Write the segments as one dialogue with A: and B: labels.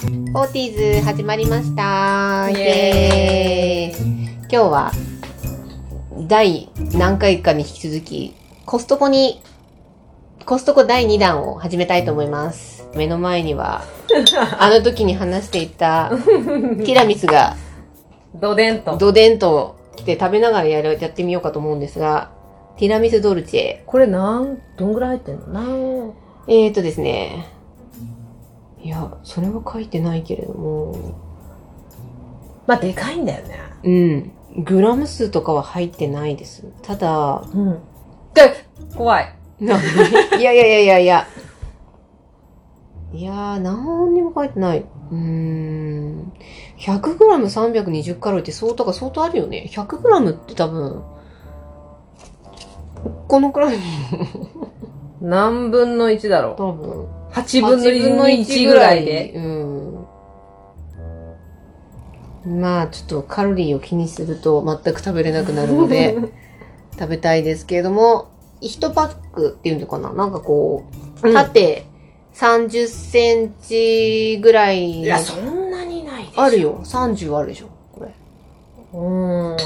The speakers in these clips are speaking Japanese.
A: ピーズ始まりました。
B: イ
A: イ
B: エ
A: エーイ今日は、第何回かに引き続き、コストコに、コストコ第2弾を始めたいと思います。目の前に は、あの時に話していた、ティラミスが、
B: どでんと。
A: ドデンと来て食べながらやるやってみようかと思うんですが、ティラミスドルチェ。
B: これなん、どんぐらい入ってんのなん、
A: えーとですね。いや、それは書いてないけれども、
B: まあ、でかいんだよね。
A: うん。グラム数とかは入ってないです。ただ、
B: うん。で、怖い。
A: な いやいやいやいやいや。いやー、なんにも書いてない。うーん。100g320 カロリーって相当が相当あるよね。100g って多分、このくらい
B: 何分の1だろ
A: 多分。
B: う。8分の1ぐらいで。。
A: うん。まあ、ちょっとカロリーを気にすると全く食べれなくなるので、 食べたいですけれども、1パックっていうのかななんかこ
B: う
A: う、
B: ん
A: 縦30センチぐらい
B: い
A: の
B: や、そんなにないでしょ。
A: ある。よ。30あるでしょ。これ。
B: うーん。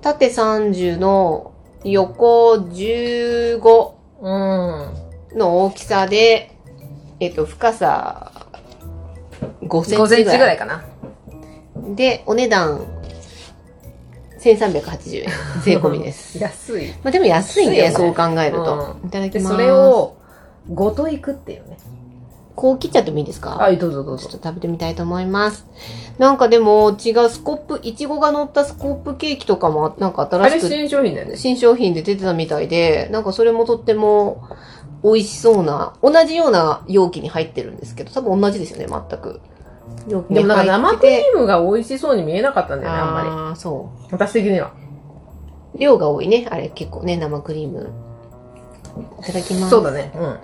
A: 縦30の横15。
B: うん。
A: の大きさで、えっと、深さ5セン
B: 5セ
A: チ
B: ンチ
A: ぐ
B: ぐら
A: ら
B: いかな。
A: い。で、お値段1380円。 税込みです。
B: 安い。
A: まあでも安いね、
B: 安い
A: そ
B: よね
A: う考えると。いただき
B: で、
A: ます。
B: それ、を、ごといくっていうね。
A: こう切っちゃってもいいですか
B: はい、どうぞどう
A: ちょっ
B: ぞ。
A: と食べてみたいと思います。なんかでも違うスコップ、いちごが乗ったスコップケーキとかもなんか
B: あ
A: 新
B: れ
A: しく
B: 新商品だよね。
A: 新商品で出てたみたいで、なんかそれもとっても美味しそうな、同じような容器に入ってるんですけど、多分同じですよね、全く。容器
B: で
A: に
B: もなんか
A: 入
B: 生
A: っ
B: クリ
A: てて。
B: ームが美味しそうに見えなかったんだよね、あんま
A: ああー、そ
B: り。私的には。
A: う。量が多いね、あれ結構ね、生クリーム。いただきます。
B: そうだね。うん。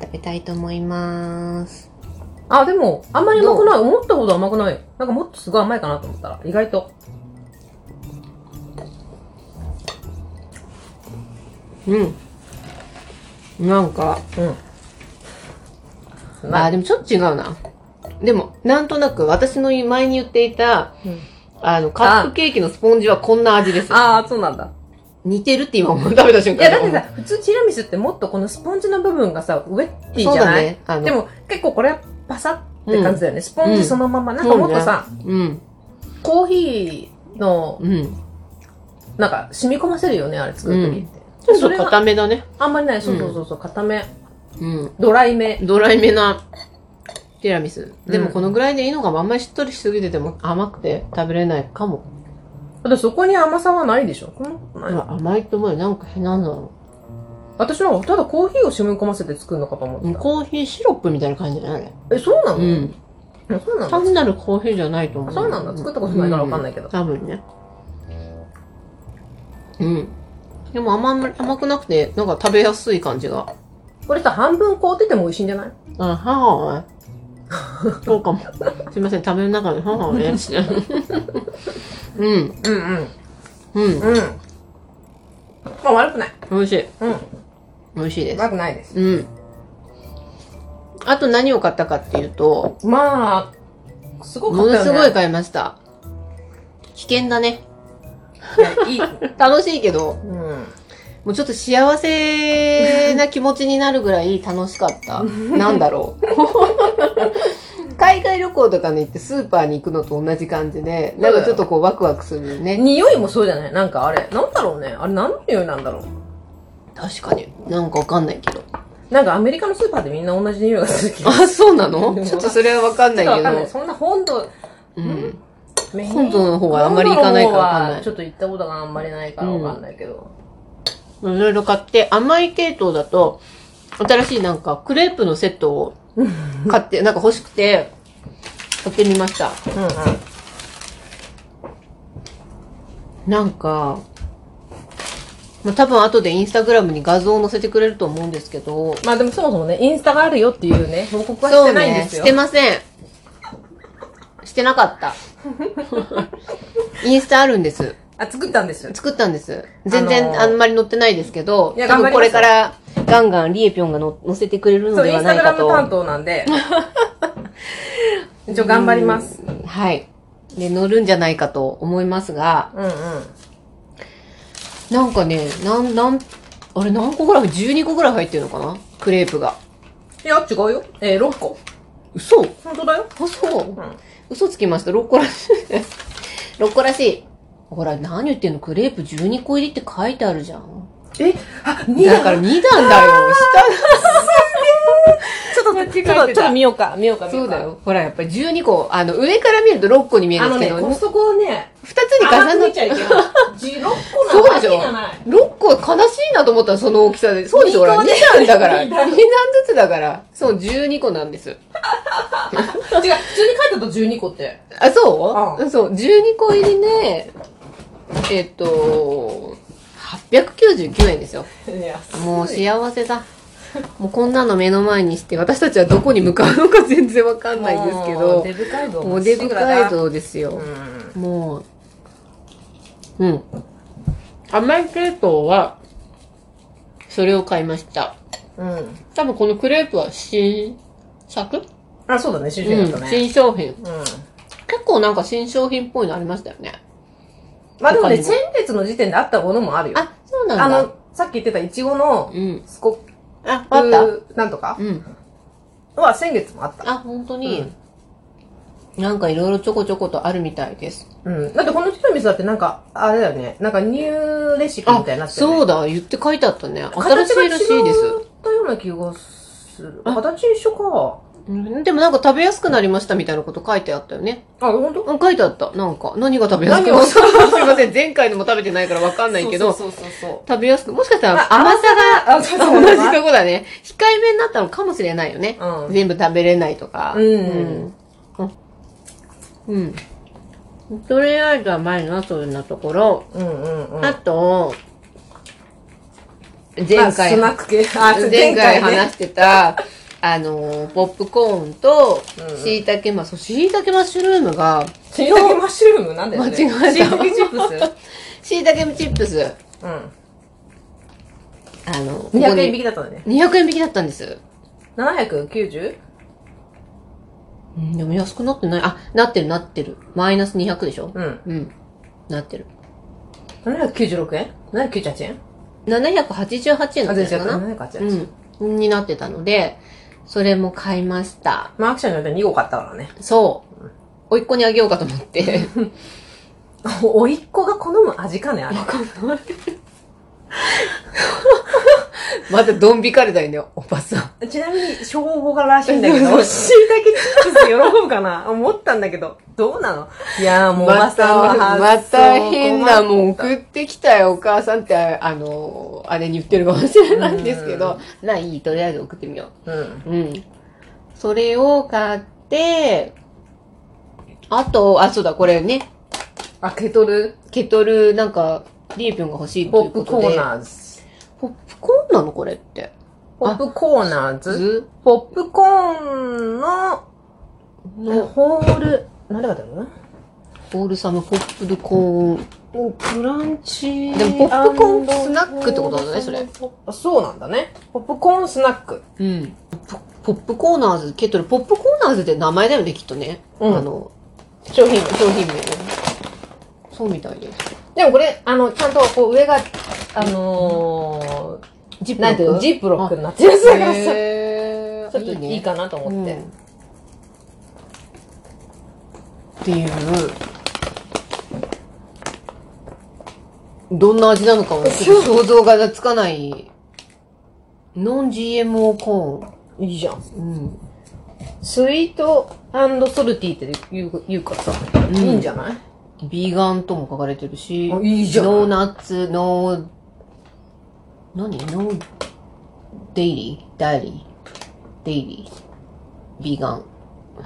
A: 食べたいと思います。
B: あ、でも、あんまり甘くない。思ったほど甘くない。なんかもっとすごい甘いかなと思ったら、意外と。
A: うん。なんか、
B: うん。
A: まあ
B: い。
A: でもちょっと違うな。でも、なんとなく私の前に言っていた、
B: うん
A: あの、カップケーキのスポンジはこんな味です。
B: ああ、そうなんだ。
A: 似てるって今思う食べた瞬
B: い
A: 間
B: や、だってさ、普通ティラミスってもっとこのスポンジの部分がさ、ウェッティじ
A: そう
B: ゃ
A: だ
B: ない、
A: ね。あの
B: でも、結構これはパサって感じだよね。スポンジそのまま。なんかもっとさ、
A: うん。
B: コーヒーの、
A: うん。
B: なんか染み込ませるよね、あれ作るときって。
A: ちょっ
B: そ
A: と
B: れが
A: 固めだね。
B: あんまりない。そううんそうそうそう、固め。
A: うん。
B: ドライめ。
A: ドライめなティラミス。
B: うん
A: でもこのぐらいでいいのかも。あんまりしっとりしすぎてても甘くて食べれないかも。
B: だってそこに甘さはないでしょ。そんなことない。
A: あ甘いと思うよ。なんか変なんだろ
B: 私なんかただコーヒーを染み込ませて作るのかと思
A: う。
B: って
A: コーヒーシロップみたいな感じじゃない
B: た。え、そうなの、
A: うん。
B: あそうなの
A: 単なるコーヒーじゃないと思う。
B: そうなんだ作ったことないからわかんないけど
A: う多分ね。うん。でも甘む甘くなくて、なんか食べやすい感じが。
B: これさ、半分凍ってても美味しいんじゃない
A: あ、母 はそうかも。すいません、食べる中で母はね。うん、
B: うんうん。
A: うん、
B: うん。まあ悪くない。
A: 美味しい。
B: うん。
A: 美味しいです。
B: 悪くないです。
A: うん。あと何を買ったかっていうと、
B: まあ、すご
A: も
B: か
A: の
B: った
A: す
B: よ
A: ごい
B: ね。
A: 買いました。危険だね。
B: いやいい。
A: 楽しいけど、
B: うん。
A: もうちょっと幸せな気持ちになるぐらい楽しか った。なんだろう。海外旅行とかに行ってスーパーに行くのと同じ感じで、なんかちょっとこうワクワクするね。
B: 匂いもそうじゃないなんかあれ、なんだろうね。あれ何の匂いなんだろう。
A: 確かに。なんかわかんないけど。
B: なんかアメリカのスーパーでみんな同じ匂いがするけど。
A: あ、そうなの
B: うん
A: ちょっとそれはわかんな
B: ちょ
A: い
B: っとわ
A: け
B: かんない。
A: ど。
B: そんな本土、
A: うん。
B: メイン
A: 本土の方はあんまり行かないからわかんない
B: 本土の方はちょっと行ったことがあんまりないからわかんないけど。
A: いろいろ買って、甘い系統だと、新しいなんかクレープのセットを買って、なんか欲しくて、買ってみました。
B: うんうん。
A: なんか、まあ、多分後でインスタグラムに画像を載せてくれると思うんですけど、
B: まあでもそもそもね、インスタがあるよっていうね、報告はしてないんです
A: そうね、し
B: よ。
A: てません。してなかった。インスタあるんです。
B: あ、作ったんですよ。
A: 作ったんです。全然
B: あのー
A: あんまり載ってないですけど、
B: いや
A: 多分
B: 頑
A: こ
B: 張
A: れ
B: ります
A: か
B: よ
A: らガンガンリエピョンがの載せてくれるの
B: そう、
A: で
B: イン
A: は
B: スタ
A: ない
B: グラ
A: か
B: ム担
A: と。
B: 当なんで、一応頑張ります。
A: うん。はい。で、乗るんじゃないかと思いますが、
B: うんうん。
A: なんかね、なん、なん、あれ何個ぐらい ?12 個ぐらい入ってるのかなクレープが。
B: いや、違うよ。えー、6個。
A: 嘘あ、
B: 本当だよ。
A: そう
B: う。ん。
A: 嘘つきました。6個らしい。6個らしい。ほら、何言ってんのクレープ12個入りって書いてあるじゃん。
B: え、あ、2
A: だから2段 だよ。
B: ちょっと、
A: 違えて
B: ち
A: た
B: ょっと、ちょっと見ようか、見ようか、
A: 下
B: 見
A: そ
B: よ
A: うう
B: か
A: だ。よ。ほら、やっぱり12個。あの、上から見ると6個に見える
B: あ
A: んですけ
B: のね、
A: ど、
B: コストコはね、
A: 2つに重
B: 甘
A: な
B: く
A: っ
B: 見ちゃいけない。16
A: そ
B: 個
A: う
B: な
A: で
B: わ
A: し
B: け
A: ょ
B: じゃない。
A: 6個悲しいなと思ったらその大きさで。そうでしょほ
B: 二
A: ら、
B: 個
A: 2
B: ね
A: 段だから。2
B: 二
A: 段
B: 段
A: ずつだから。そう、12個なんです。
B: 違う、普通に書いてたと12個って。
A: あ、そう
B: う
A: そう、12個入りね、えっと、899円ですよ。
B: いや、
A: もう幸せだ。もうこんなの目の前にして、私たちはどこに向かうのか全然わかんないんですけど、
B: デブ街道。
A: もうデブ街
B: 道。
A: 道ですよ
B: う。ん。
A: もう、うん。甘い系統は、それを買いました。
B: うん。
A: 多分このクレープは新作、
B: あ、そうだね、主
A: う
B: 人だっ
A: ん、
B: たね。
A: 新商品。
B: うん。
A: 結構なんか新商品っぽいのありましたよね。
B: まあでも
A: 他
B: ね、
A: にも
B: 先月の時点であったものもあるよ。
A: あ、そうな
B: あ
A: んだ。
B: の、さっき言ってたイチゴの
A: うん。
B: スコ
A: あ、あった
B: ップなんとか
A: うん。
B: は先月もあった。
A: あ、本当に、なんかいろいろちょこちょことあるみたいです。
B: うん。だってこのティラミスだってなんか、あれだよね。なんかニューレシピみたいになってるね
A: そうだ、言って書いてあったね。新
B: 形
A: し
B: が
A: いらしいで
B: 違ったような気がする。
A: あ
B: 形一緒か。
A: す。でもなんか食べやすくなりましたみたいなこと書いてあったよね。
B: あ、本当？
A: うん、書いてあった。なんか、何が食べやすく
B: 何
A: な
B: を
A: ったすいません、前回のも食べてないからわかんないけど、
B: そうそうそうそ
A: 食べやすく、もしかした
B: う。
A: ら
B: あ
A: 甘
B: 甘
A: さ
B: さが、あ、そう
A: が
B: そ
A: 同
B: う
A: じとこだね。控えめになったのかもしれないよね。
B: うん
A: 全部食べれないとか。
B: うん
A: うん。うん。とりあえず甘いな、そういうなところ。
B: うんうんうん。
A: あと、
B: まあ
A: 前回
B: ス、ナック系。あ
A: 前回話
B: ね。
A: してた、あの、ポップコーンと
B: うんうん、
A: 椎茸マッシュ、そう、椎茸マッシュルームが、
B: チーズマッシュルームなんだよね。
A: 間違えた
B: チーズケチップ
A: 椎茸チップス、
B: ス。う
A: あの、こ
B: ん。200円引
A: き。
B: きだったんだね。
A: 200円引きだったんです。
B: 790?
A: うんでも安くなってない。あ、なってるなってる。マイナス200でしょ
B: うん。
A: うん。なってる。
B: 796円 ?798 円
A: 788円だ
B: あ、
A: った
B: 全
A: の
B: 然違
A: か
B: った。
A: な
B: 798円。
A: うん。になってたので、それも買いました。
B: まあ、アクションによって2個買ったからね。
A: そう。おいっ子にあげようかと思って。
B: おいっ子が好む味かね、あれ。
A: またドン引かれたよね、おばさん。
B: ちなみに、小5からしいん だけ
A: そう
B: ど、しいたけチップス喜ぶかな思ったんだけど、どうなのいやーもう、おば
A: ま
B: さん
A: た、
B: は発
A: ま
B: 想
A: た変なもん
B: 困っ
A: 送ってきたよ、お母さんって、あの、あれに言ってるかもしれないんですけど、まあいい、とりあえず送ってみよう。
B: たうん。
A: うん。それを買って、あと、あ、そうだ、これね、
B: あ、ケトル、
A: ケトル、なんか、リーピョンが欲しいと
B: ポ
A: い
B: ッ
A: うこ
B: プ
A: と
B: コ
A: で。
B: ーナーズ。
A: ポップコーンなのこれって。
B: ポップコーナーズ。
A: ず
B: ポップコーンの、
A: の、
B: ホール、何がだろうな
A: ホールサムポップドコーン。
B: クランチ
A: でもポップコーンスナックってことだねそれ。
B: あそうなんだね。ポップコーンスナック。
A: うん。ポポップコーナーズ、ケトル、ポップコーナーズって名前だよね、きっとね。
B: うん
A: あの、
B: 商品。
A: 商品名ね。そうみたいです。
B: でもこれ、あの、ちゃんと、こう、上が、あの
A: ジ
B: ー、なんていうのジップロックになってるやつだからさ。
A: へー
B: ちょっといいかなと思って。
A: っていうどんな味なのかはちょっと想像がつか ないノン GMO コー
B: いいじゃん。
A: ン、うん、
B: スイートソルティって言う言うからさ、いいんじゃない
A: ビーガンとも書かれてるし
B: あいいじゃん
A: ノーナッツノー何ノーデイリーダイリーデイリービーガン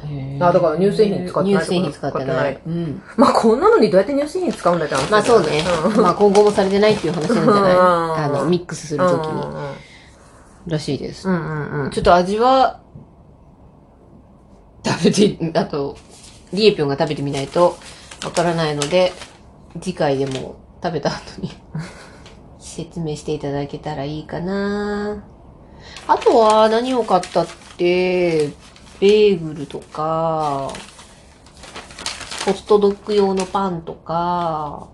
A: へー
B: あだから乳製品使ってない
A: 乳製品使ってないうん
B: まあこんなのにどうやって乳製品使うんだって話
A: まあそうね。まあ今後もされてないっていう話なんじゃない
B: うん
A: あの、ミックスす
B: う
A: る
B: ん
A: ときに。
B: う
A: らしいです。
B: んうんうん。
A: ちょっと味は、食べて、あと、リエピョンが食べてみないとわからないので、次回でも食べた後 に説明していただけたらいいかなあとは何を買ったって、ベーグルとか、ホットドッグ用のパンとか、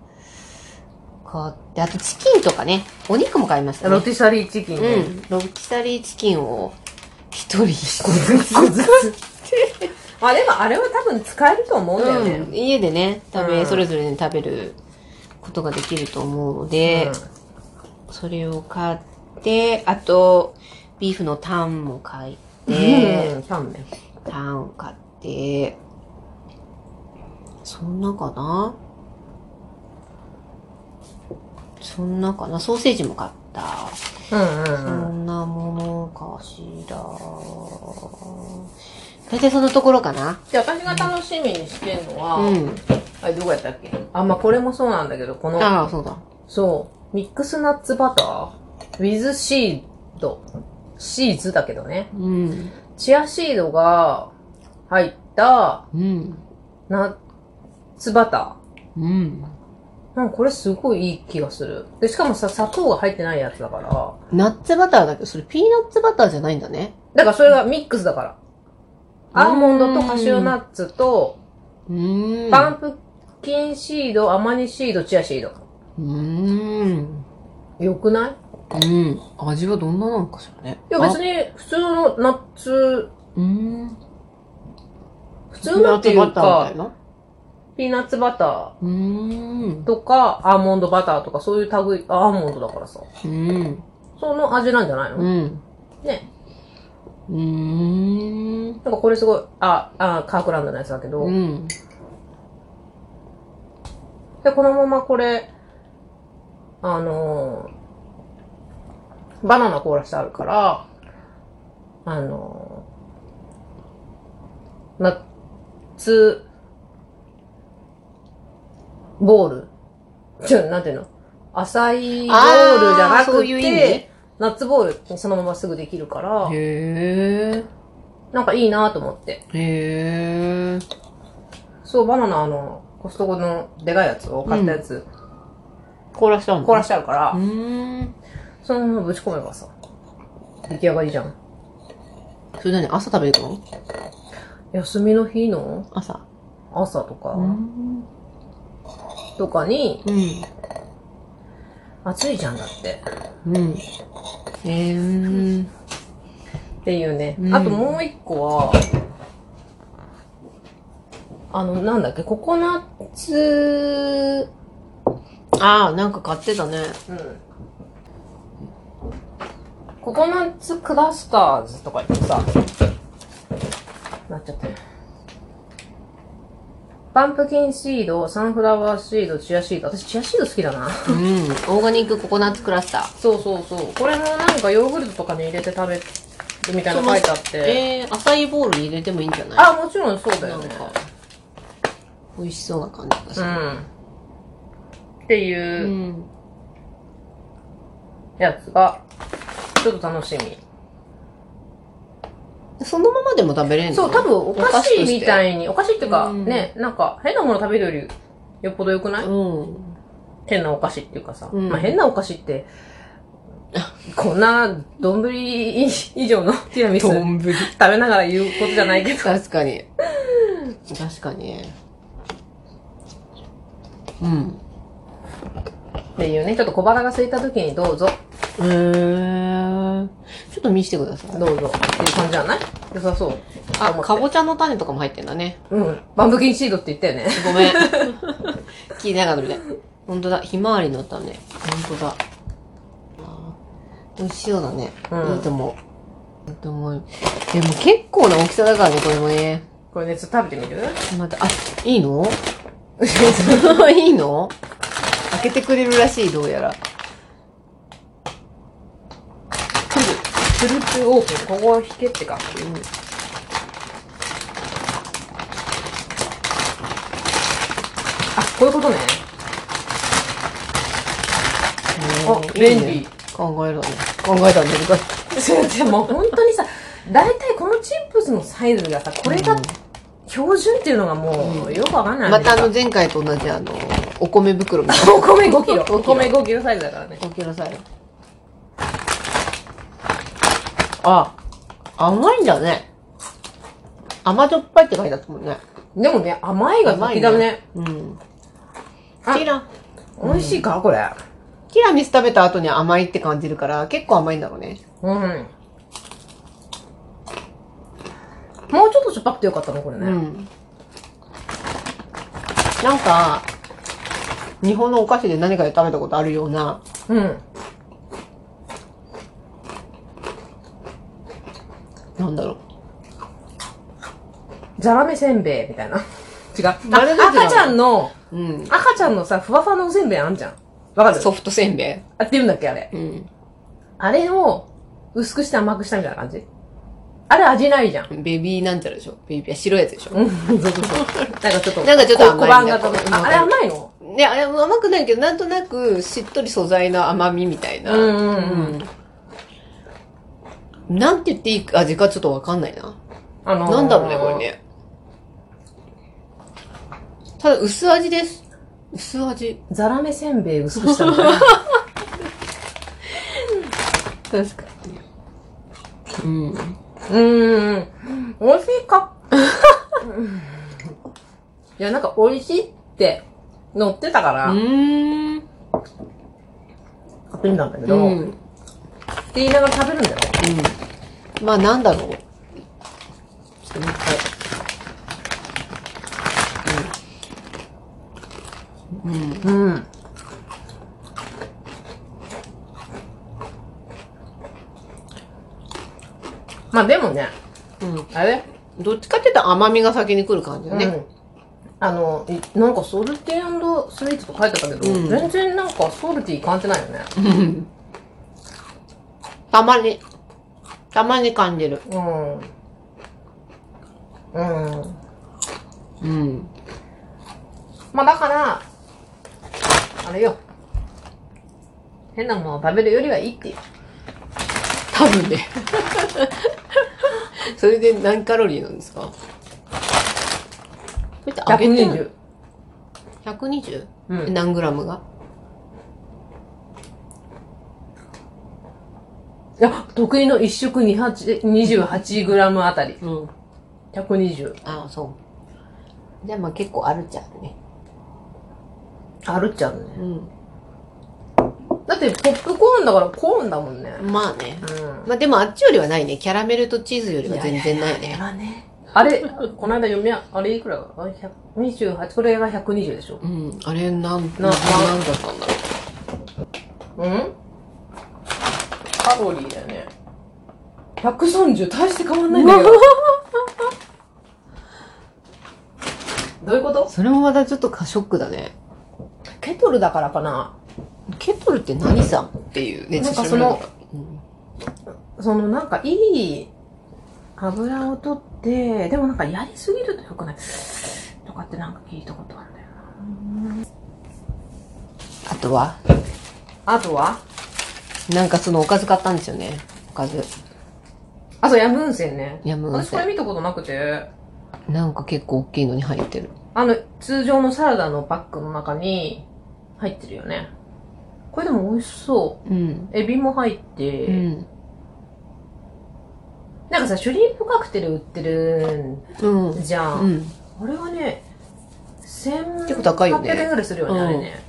A: 買って、あとチキンとかね、お肉も買いましたね。
B: ロティシャリーチキン
A: う
B: ね。
A: ん、ロティシャリーチキンを一人一個
B: ず
A: ず
B: つずつ。まあでもあれは多分使えると思うんだよね。
A: うん、家でね食べ、
B: うん
A: それぞれに食べることができると思うの
B: う
A: で
B: ん、
A: それを買ってあとビーフのタンも買って、
B: うん、タンね。
A: タン買ってそんなかなそんなかなソーセージも買った
B: うんう
A: そ
B: んうん。
A: んなものかしら大体そのところかな
B: で、私が楽しみにしてるのは、
A: うん
B: あれどこやったっけあ、まあこれもそうなんだけど、この、
A: ああそうだ
B: そう、ミックスナッツバター、ウィズシード、シーズだけどね。
A: うん
B: チアシードが入った
A: うん
B: ナッツバタ
A: うん
B: ー。なんかこれすごいいい気がする。で、しかもさ、砂糖が入ってないやつだから。
A: ナッツバターだけど、それピーナッツバターじゃないんだね。
B: だからそれがミックスだから。アーモンドとカシューナッツと、
A: うーん。
B: パンプキンシード、アマニシード、チアシード。
A: うーん。
B: よくない
A: うん。味はどんななんかしらね。
B: いや別に普通のナッツ、
A: あ。うーん。
B: 普通のっていう
A: ピーナッツバターみた
B: か
A: い、な。
B: ピーナッツバタ
A: うーん
B: ー。とか、アーモンドバターとかそういう類、アーモンドだからさ。
A: うん。
B: その味なんじゃないの、
A: うん。
B: ね。
A: うーん。
B: なんかこれすごい、あ、あ、カークランドのやつだけど。
A: うん。
B: で、このままこれ、あのーバナナ凍らしてあるから、あのーナッツ、ボール。ちょ、なんていうの浅いボールじゃな
A: あーそう
B: く
A: いう意味
B: て、ナッツボールにそのまますぐできるから、
A: へ
B: なんかいいなと思って。
A: え。へえ。
B: そう、バナナあの、コストコのでかいやつを買ったやつ、
A: 凍らしたの
B: 凍らしてあるから、
A: うーん。
B: そのままぶち込めばさ、出来上がりじゃん。
A: それ何朝食べるの
B: 休みの日の
A: 朝。
B: 朝とか、
A: ん。
B: とかに、
A: うん。
B: 暑いじゃんだって。
A: うん。えー。
B: っていうね。
A: うん
B: あともう一個は、あの、なんだっけ、ココナッツ、
A: ああ、なんか買ってたね。
B: うん。ココナッツクラスターズとか言ってさ、なっちゃったよパンプキンシード、サンフラワーシード、チアシード。私チアシード好きだ
A: うん。
B: な。
A: オーガニックココナッツクラスター。
B: そうそうそう。これもなんかヨーグルトとかに入れて食べるみたいなの書いてあって。
A: えー、アサイボウルに入れてもいいんじゃない
B: あ、もちろんそうだ
A: な
B: よ
A: ん
B: ね。
A: か、美味しそうな感じがす
B: う
A: る。
B: ん。って
A: う。
B: いうんやつが、ちょっと楽しみ。
A: そのままでも食べれるの
B: そう、多分お菓子みた
A: い。
B: いに、お菓子っていうか、
A: うん
B: ね、なんか変なもの食べるよりよっぽど良くない
A: うん。
B: 変なお菓子っていうかさ。
A: うん
B: まあ変なお菓子って、こんな丼以上のティラミス食
A: ぶり。
B: べながら言うことじゃないけど。
A: 確かに。確かに。うん。
B: っていうね、ちょっと小腹が空いた時にどうぞ、
A: えー、ちょっと見せてください。
B: どうぞっていう感じじゃない良さそう。
A: あ、
B: 思って
A: かぼちゃの種とかも入ってんだね。
B: うん。バンブキンシードって言ったよね。
A: ご めん。聞いてなかったみたい。ほんとだ。ひまわりの種。ほんとだ。あー美味しそうだね。
B: うん
A: いいと思う。いいと思う。でも結構な大きさだからね、これもね。
B: これね、ちょっと食べてみる
A: また、あ、いい の いいの開けてくれるらしい、どうやら。
B: ツルツルオープン。ここを引けってか。あ、こういう ことね。あ
A: うんいいね
B: 便利
A: 考えるわね。考えたんだけど。
B: でも本当にさ、大体このチップスのサイズがさ、これが標準っていうのがもう、よくわかんない。
A: またあの、前回と同じあの、お米袋みたい
B: お米5キロ。
A: 5キロ
B: お米5キロサイズだからね。
A: な。おきなさい。あ、甘いんだね。甘じょっぱいって書いてあったもんね。
B: でもね、甘いが先だね。
A: うん。
B: あ
A: ティラ、
B: 美味しいかこれ。
A: ティラミス食べた後に甘いって感じるから、結構甘いんだろうね。
B: うん。もうちょっとしょっぱくてよかったのこれね。
A: うん。なんか、日本のお菓子で何かで食べたことあるような、
B: うん。
A: なんだろう。
B: ザラメせんべいみたいな。違う。あ
A: あれなんじゃない
B: 赤ちゃんの、
A: うん。
B: 赤ちゃんのさ、ふわふわのおせんべいあんじゃん。わかる
A: ソフトせんべ
B: あって言うんだっけあれ。
A: い。うん。
B: あれを、薄くして甘くしたみたいな感じ。あれ味ないじゃん。
A: ベビーなんちゃらでしょベビー、あ白いやつでしょ
B: うん、そうそうそう。 なんかちょっと、
A: なんかちょっと甘いんだ
B: 小判型の。ああれ甘いの
A: ね、あれ甘くないけど、なんとなくしっとり素材の甘みみたいな。
B: うんうんう
A: う
B: ん
A: んなんて言っていい味かちょっとわかんないな。
B: あのー
A: なんだろうね、これ。ね。ただ、薄味です。薄味。
B: ザラメせんべい薄くしたみたいな。
A: 確かに。うん。
B: うーん。美味しいか。 いや、なんか美味しいって乗ってたから、
A: うん。
B: 買ってみたんだけ
A: う
B: ど、っ
A: ん。
B: て言いながら食べるんだよ。
A: うん。まあ、なんだろう。ちょっともう一回。
B: うん。まあでもね、
A: うん
B: あれ、
A: どっちかっていうと甘みが先に来る感じだね。
B: うんあの、いなんかソルティスイーツとか書いてあったけど、
A: うん
B: 全然なんかソルティ感じないよね。
A: うんたまに、たまに感じる。
B: うん。うん。
A: うん。
B: まあだから、あれよ。変なものを食べるよりはいいっていう。
A: 多分 ね。それで何カロリーなんですかそれって揚げてんの。120?
B: うん
A: 何グラムが
B: いや、得意の一食28 28グラムあたり。
A: うん。
B: 120。
A: ああ、そう。じゃあまあ結構あるっちゃうね。
B: あるっちゃうね。
A: う
B: だってポップコーンだからコーンだもんね。
A: ん。まあね。
B: うん。
A: まあでもあっちよりはないね。キャラメルとチーズよりは全然ないね。
B: はね。あれ、この間読みあ、あれいくらだあれ128、これが120でしょ。
A: うん。あれ、なん、な、
B: な
A: なんだったんだろ
B: うんカロリーだよね。130、大して変わんないんだけど。どういうこと
A: う。それもまたちょっとかショックだね。
B: ケトルだからかな。
A: ケトルって何さっていうね、
B: なんか
A: ちょっと調べた
B: そそのなんかいい油を取って、でもなんかやりすぎると良くないとかってなんか聞いたことあるんだよな。
A: あとは、
B: あとは
A: なんかそのおかず買ったんですよね。おかず。
B: あとヤムーンセンね。
A: ヤムーン
B: 私
A: セ
B: これ
A: ン。
B: 見たことなくて。
A: なんか結構大きいのに入ってる。
B: あの、通常のサラダのパックの中に入ってるよね。これでも美味しそう。
A: うん。
B: エビも入って、
A: うん。
B: なんかさ、シュリンプカクテル売ってる
A: うん。
B: んじゃん。
A: うん。
B: あれはね、1800
A: 結構高いよね
B: 円ぐらいするよね、
A: うん
B: あれね。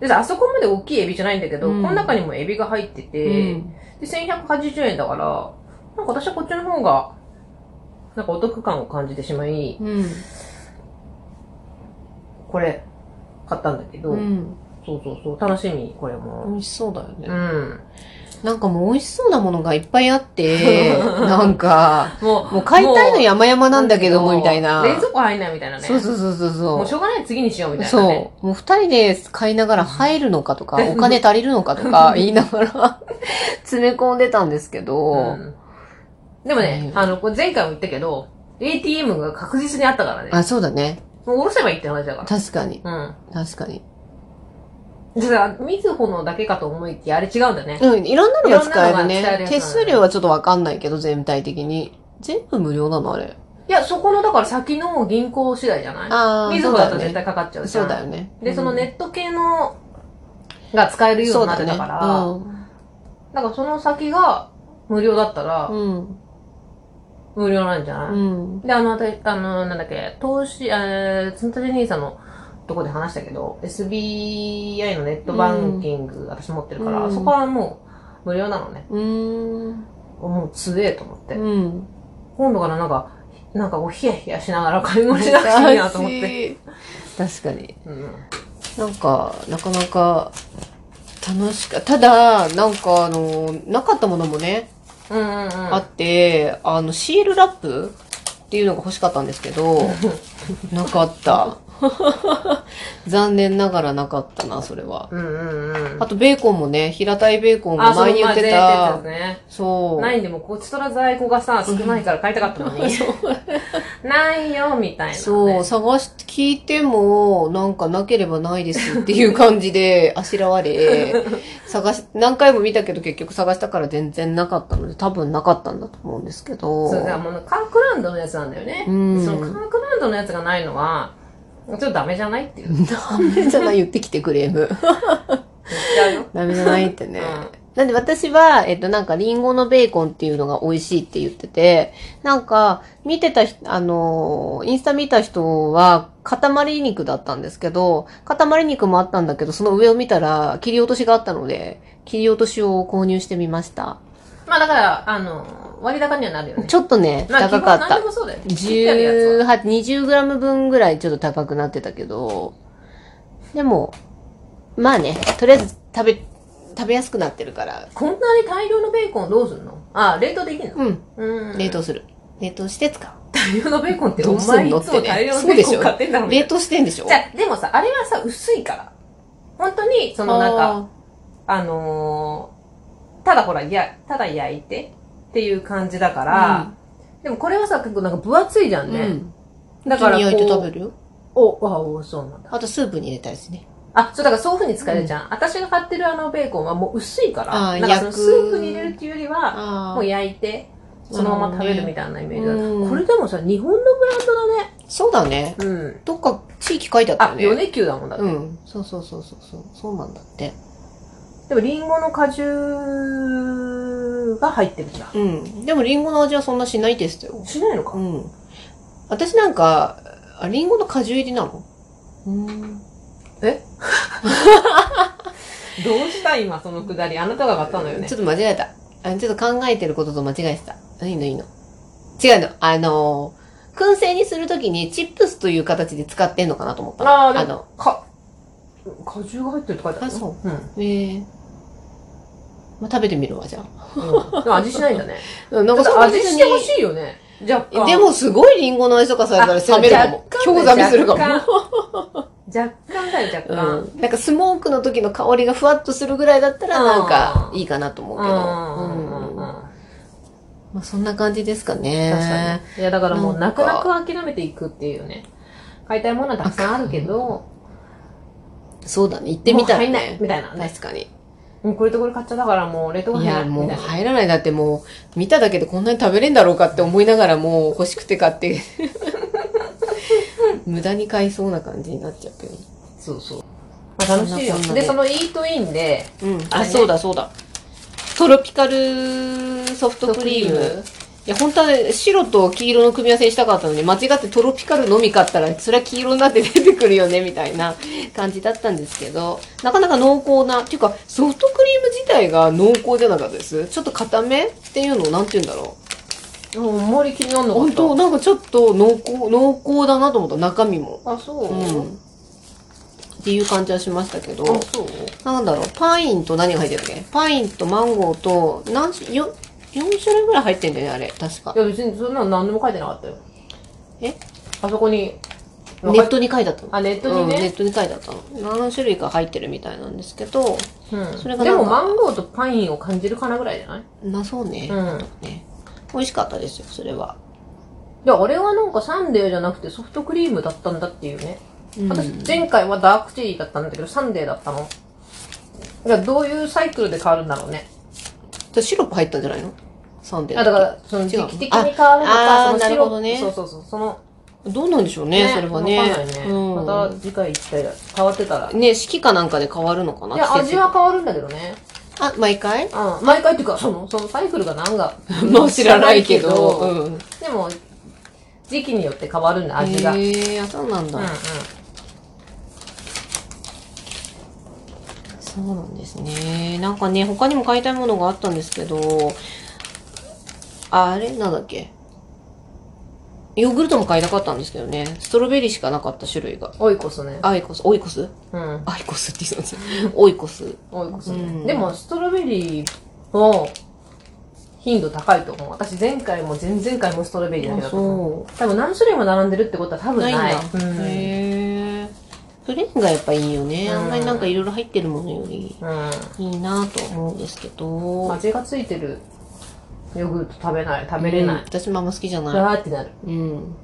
B: でさ、あそこまで大きいエビじゃないんだけど、
A: うん
B: この中にもエビが入って
A: う
B: て、
A: ん。
B: で、1180円だから、なんか私はこっちの方が、なんかお得感を感じてしまい、
A: うん。
B: これ、買ったんだけど、
A: うん。
B: そうそうそう、楽しみ、これ
A: 美
B: も。
A: 味しそうだよね。
B: うん。
A: なんかもう美味しそうなものがいっぱいあ って、なんか、
B: も
A: もう買いたいの山々なんだけども、
B: う
A: みたいな。
B: 冷蔵庫入んないみたいなね。
A: そうそうそうそう
B: も
A: そう
B: しょうがない、次にしようみ
A: う。
B: たいな、ね。
A: そう。もう二人で買いながら入るのかとか、
B: うん
A: お金足りるのかと か言いながら詰め込んでたんですけど、
B: んでもね、
A: うん
B: あの、これ前回も言ったけど、ATM が確実にあったからね。
A: あ、そうだね。
B: もう下ろせばいいって話だか
A: 確かに。
B: ら。
A: 確かに。
B: うん。だから、みずほのだけかと思いきや、あれ違うんだね。
A: うん、いろんなのが使える
B: いろんなのが使える
A: ね
B: や。つ
A: 手数料はちょっとわかんないけど、全体的に。全部無料なのあれ。
B: いや、そこの、だから先の銀行次第じゃない
A: ああ、
B: みず
A: そ
B: ほ
A: う
B: だ
A: だ
B: と
A: よ
B: 絶
A: ね。
B: 対かかっちゃうじゃ
A: そ
B: ん。
A: うだよね。
B: で、そのネ
A: ッ
B: ット系の、が使えるよう
A: そう
B: になっ
A: だ
B: て
A: ね
B: たから、だ,、からその先が無料だったら、
A: うん。うん。
B: 無料なんじゃない、
A: うん。
B: で、あの、私、あの、なんだっけ、投資、えー、つんたて兄さんのとこで話したけど、SBI のネットバンキング、私持ってるから、
A: うん
B: そこはもう無料なのね。
A: うーん。
B: もう強えと思って。
A: うん。
B: 今度からなんか、なんかこうヒヤヒヤしながら買い物しなくていいなと 思って。
A: て。確かに。
B: うん。
A: なんか、なかなか、楽しかただ、なんかあの、なかったものもね、
B: うんうんうん。
A: あって、あの、シールラップっていうのが欲しかったんですけ ど、なかった。残念ながらなかったな、それは。
B: うんうんうん。
A: あと、ベーコンもね、平たいベーコンも前に言って
B: あ
A: た
B: そう。前言ってたね。
A: そう。
B: ないんで、もうこっちとら在庫がさ、少ないから買いたかった のに。 ないよ、みたいな、ね。
A: そう、探し、聞いても、なんかなければないですっていう感じで、あしらわ れ、探し、何回も見たけど結局探したから全然なかったので、多分なかったんだと思うんですけど。
B: そ うだ、もうカークランドのやつなんだよね。
A: うん
B: そのカークランドのやつがないのは、ちょっとダメじゃないっていう。言っ
A: ダメ じゃない、言ってきてクレーム。
B: ちゃうよ。
A: ダメじゃないってね。
B: うん
A: なんで私は、えっとなんかリンゴのベーコンっていうのが美味しいって言ってて、なんか見てた人、あのー、インスタ見た人は塊肉だったんですけど、塊肉もあったんだけど、その上を見たら切り落としがあったので、切り落としを購入してみました。
B: まあだから、あの、割高にはなるよね。
A: ちょっとね、
B: まあ、
A: 高かっ
B: 基本何
A: た
B: で。もそうだよね。切ってあるやつは
A: 18、20g 分ぐらいちょっと高くなってたけど、でも、まあね、とりあえず食べ、食べやすくなってるから、
B: こんなに大量のベーコンどうすんのあ、冷凍できんの
A: うん、
B: うん。
A: 冷凍する。冷凍して使
B: 大量のベーコンって、
A: ど
B: お
A: うすん
B: 前い
A: の
B: つも
A: ってね
B: 大量のベーコン買ってんだも
A: う。
B: ん
A: 冷
B: ね。
A: 凍してんでしょ
B: じゃあでもさ、あれはさ、薄いから。本当に、そのなんか、あのーただほら、や、ただ焼いてっていう感じだか
A: あ
B: ら、でもこれはさ、結構なんか分厚いじゃ
A: ー、
B: ん
A: うん。
B: ね。
A: うん。
B: だ
A: 普
B: か
A: 通
B: ら
A: に
B: こう、
A: 焼いて食べるよ。
B: お、あ、お、そうなんだ。
A: あとスープに入れたいですね。
B: あ、そう、だからそういう風に使えるじゃん。私が買ってるあのベーコンはもう薄いから、
A: あー
B: なんかそ
A: 焼
B: の
A: く
B: スープに入れるっていうよりは、
A: あ
B: もう焼いて、そのまま食べるみたいなイメージだ、
A: なるほどねうん
B: これでもさ、日本のブランドだね。
A: そうだね。
B: うん。
A: どっか地域書いてあった
B: あ
A: よ、ね。
B: 米球だもんだって。
A: うん。そうそうそうそうそう。そうなんだって。
B: でも、リンゴの果汁が入ってるじゃん。
A: うん。でもリンゴの味はそんなしないですよ。
B: しないのか、
A: うん。私なんか、あ、リンゴの果汁入りなのうん。
B: どうした今、そのくだり。あなたが買ったのよね
A: ち。ょっと間違えた。あちょっと考えてることと間違えてた。いいのいいの。違うの。あのー、燻製にするときにチップスという形で使ってんのかなと思ったの。
B: あー
A: あ
B: でも
A: の、
B: か、果汁が入ってるって書いてある。
A: あそう
B: うん。
A: えーまあ、食べてみるわ、じゃあ。
B: うん、でも味しないんだね。
A: うんな
B: だ
A: んか
B: か
A: そん
B: ら
A: な
B: 味
A: 別
B: してほ
A: に。
B: しいよね。若干。
A: でもすごいリンゴの味とかされたら冷めるかも。
B: そう
A: 興ざめするかも。
B: も。若干だよ、
A: う
B: 若干。
A: ん、なんかスモークの時の香りがふわっとするぐらいだったら
B: うん
A: なんかいいかなと思うけど。
B: うんうんうん
A: うん
B: うん
A: まあ、そんな感じですか
B: 確
A: ね
B: か。に。いや、だからもう、
A: な
B: なん
A: か
B: かなか諦めていくっていうね。買いたいものはたくさんあるけど、
A: そうだね。行ってみた
B: もう
A: い
B: 入んない
A: ね。
B: みたいなね。
A: 確かに。
B: うんこれとこれ買っちゃったから、もう冷凍庫
A: い
B: に
A: や、
B: 入
A: もう
B: みたいな。
A: 入らない。だってもう、見ただけでこんなに食べれんだろうかって思いながらもう欲しくて買って。 無駄に買いそうな感じになっちゃうけど。
B: そうそう。まあ、楽しいよ
A: そんなこんな。で
B: で、そのイートインで、
A: うん。あ、
B: あれね
A: そうだそうだ。トロピカルソフトクリー
B: ソフトクリー
A: ム
B: ム。
A: いや、本当はね白と黄色の組み合わせにしたかったのに、間違ってトロピカルのみ買ったら、それは黄色になって出てくるよね、みたいな感じだったんですけど、なかなか濃厚な、っていうか、ソフトクリーム自体が濃厚じゃなかったです。ちょっと固めっていうのを、なんて言うんだろう。
B: もうあんまり気になるのかっ
A: 本
B: た
A: 当なんかちょっと濃厚濃厚だなと思った中身も、
B: あ、そう、
A: うん、っていう感じはしましたけど
B: あ、そう
A: なんだろうパインと何が入ってるっけパインとマンゴーと何種よ4種類ぐらい入ってんだよねあれ確か
B: いや、別にそんなの何でも書いてなかったよ。
A: え
B: あそこに、
A: ネットに書いてあったの
B: あ、ネットに
A: うんネッ
B: ね。
A: トに書いてあったの何種類か入ってるみたいなんですけど
B: うん。
A: それが
B: で
A: なんか
B: も、マンゴーとパインを感じるかなぐらいじゃない
A: まあそうね,、
B: うん。
A: ね美味しかったですよそれは、
B: で、あれはなんかサンデーじゃなくてソフトクリームだったんだっていうね。
A: うん
B: 私、前回はダークチェリーだったんだけど、サンデーだったの。いや、どういうサイクルで変わるんだろうね。
A: じゃあシロップ入ったんじゃないのサンデー
B: あ、だから、その時期的に変わるの
A: ああー
B: か、その
A: なるほどね
B: そうそうそう、その、
A: どうなんでしょうねそれはね
B: わかんないね。
A: うん
B: また次回行ったら変わってたら。い
A: ね、四季かなんかで変わるのかな
B: や、
A: 季節
B: 味は変わるんだけどね。
A: あ、毎回
B: あ毎回っていうか、その、そのサイクルが何が、
A: もう知らないけど。
B: 知らない
A: う
B: け
A: ん。
B: でも、時期によって変わるんだ、味が。うんうん。
A: へえあ、そうなんだ、そうなんですね。なんかね、他にも買いたいものがあったんですけど、あれなんだっけ。ヨーグルトも買いたかったんですけどね。ストロベリーしかなかった種類が。
B: オイコスね。
A: アイコス、オイコス
B: うん。
A: アイコスって言ってたんですよ。オイコス。
B: オイコス
A: うん
B: ね。でも、ストロベリーも、頻度高いと思う。私、前回も前々回もストロベリーだけだ
A: あ、
B: と思う。
A: そ
B: 多分何種類も並んでるってことは多
A: う。
B: 分
A: ないん
B: ない。
A: だ。へえ。プレーンがやっぱいいよね。
B: うん
A: あんまりなんかいろいろ入ってるものより
B: うん。うん。
A: いいなと思うんですけど。
B: 味がついてるヨーグルト食べない食べれ
A: うん
B: ない、
A: 私もあんま好きじゃ
B: う
A: ない。
B: わーってなる
A: うん。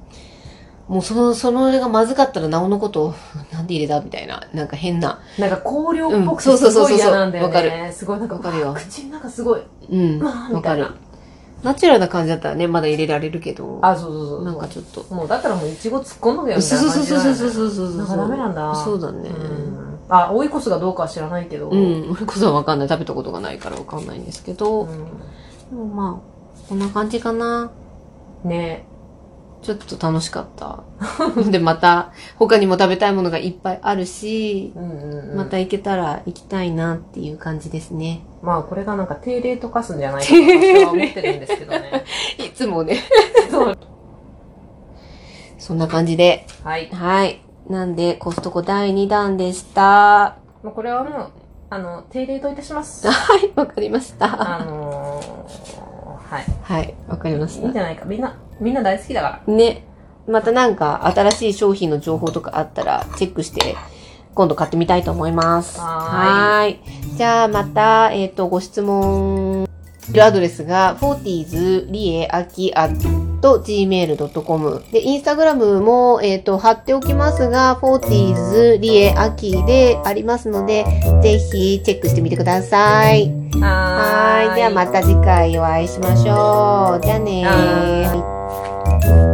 A: もうその、そのがまずかったらなおのことを、なんで入れたみたいな、なんか変な。
B: なんか香料っぽくて
A: うんそうそう
B: す
A: そう
B: ご
A: そう
B: い嫌なんだよね、
A: わか
B: すごいなんか
A: わかるよ
B: 口の中すごい
A: うん。
B: ま
A: わか
B: あみ
A: る
B: たいな。
A: ナチュラルな感じだったらね、まだ入れられるけど、
B: あそうそうそう
A: なんかちょっと。
B: もうだったらもういちご突っ込んどけよ
A: そう
B: みたい
A: そう
B: な
A: そ
B: 感
A: う
B: じだよ
A: そ
B: ね
A: うそうそうそうそう。
B: なんかダメなんだ
A: そうだね。
B: うんあオイコスがどうかは知らないけど、
A: うん。俺こそはわかんない。食べたことがないからわかんないんですけど、
B: う
A: でもまあ、こんな感じかな。
B: んね
A: ちょっと楽しかった。 で、また、他にも食べたいものがいっぱいあるし、
B: うんうんうん、
A: また行けたら行きたいなっていう感じですね。
B: まあこれがなんか定例と化すんじゃないかと私は思ってるんですけど ね
A: いつもね。
B: そう
A: そんな感じで。
B: はい
A: はい。なんで、コストコ第2弾でした。は
B: もうこれはもうあの定例といたします
A: い、わかりました。
B: あのー、はい。
A: はい、わかりまし
B: いいんじ
A: た。
B: ゃないか。みんな、みんな大好きだから。
A: ね。またなんか、新しい商品の情報とかあったら、チェックして、今度買ってみたいと思います。
B: は
A: はーい。じゃあ、また、えっ、と、ご質問、メールアドレスが、40sliaki.gmail.com で、インスタグラムも、えっ、と、貼っておきますが、40sliaki でありますので、ぜひチェックしてみてください。
B: は
A: はい。ではまた次回お会いしましょう。じゃあねー。
B: は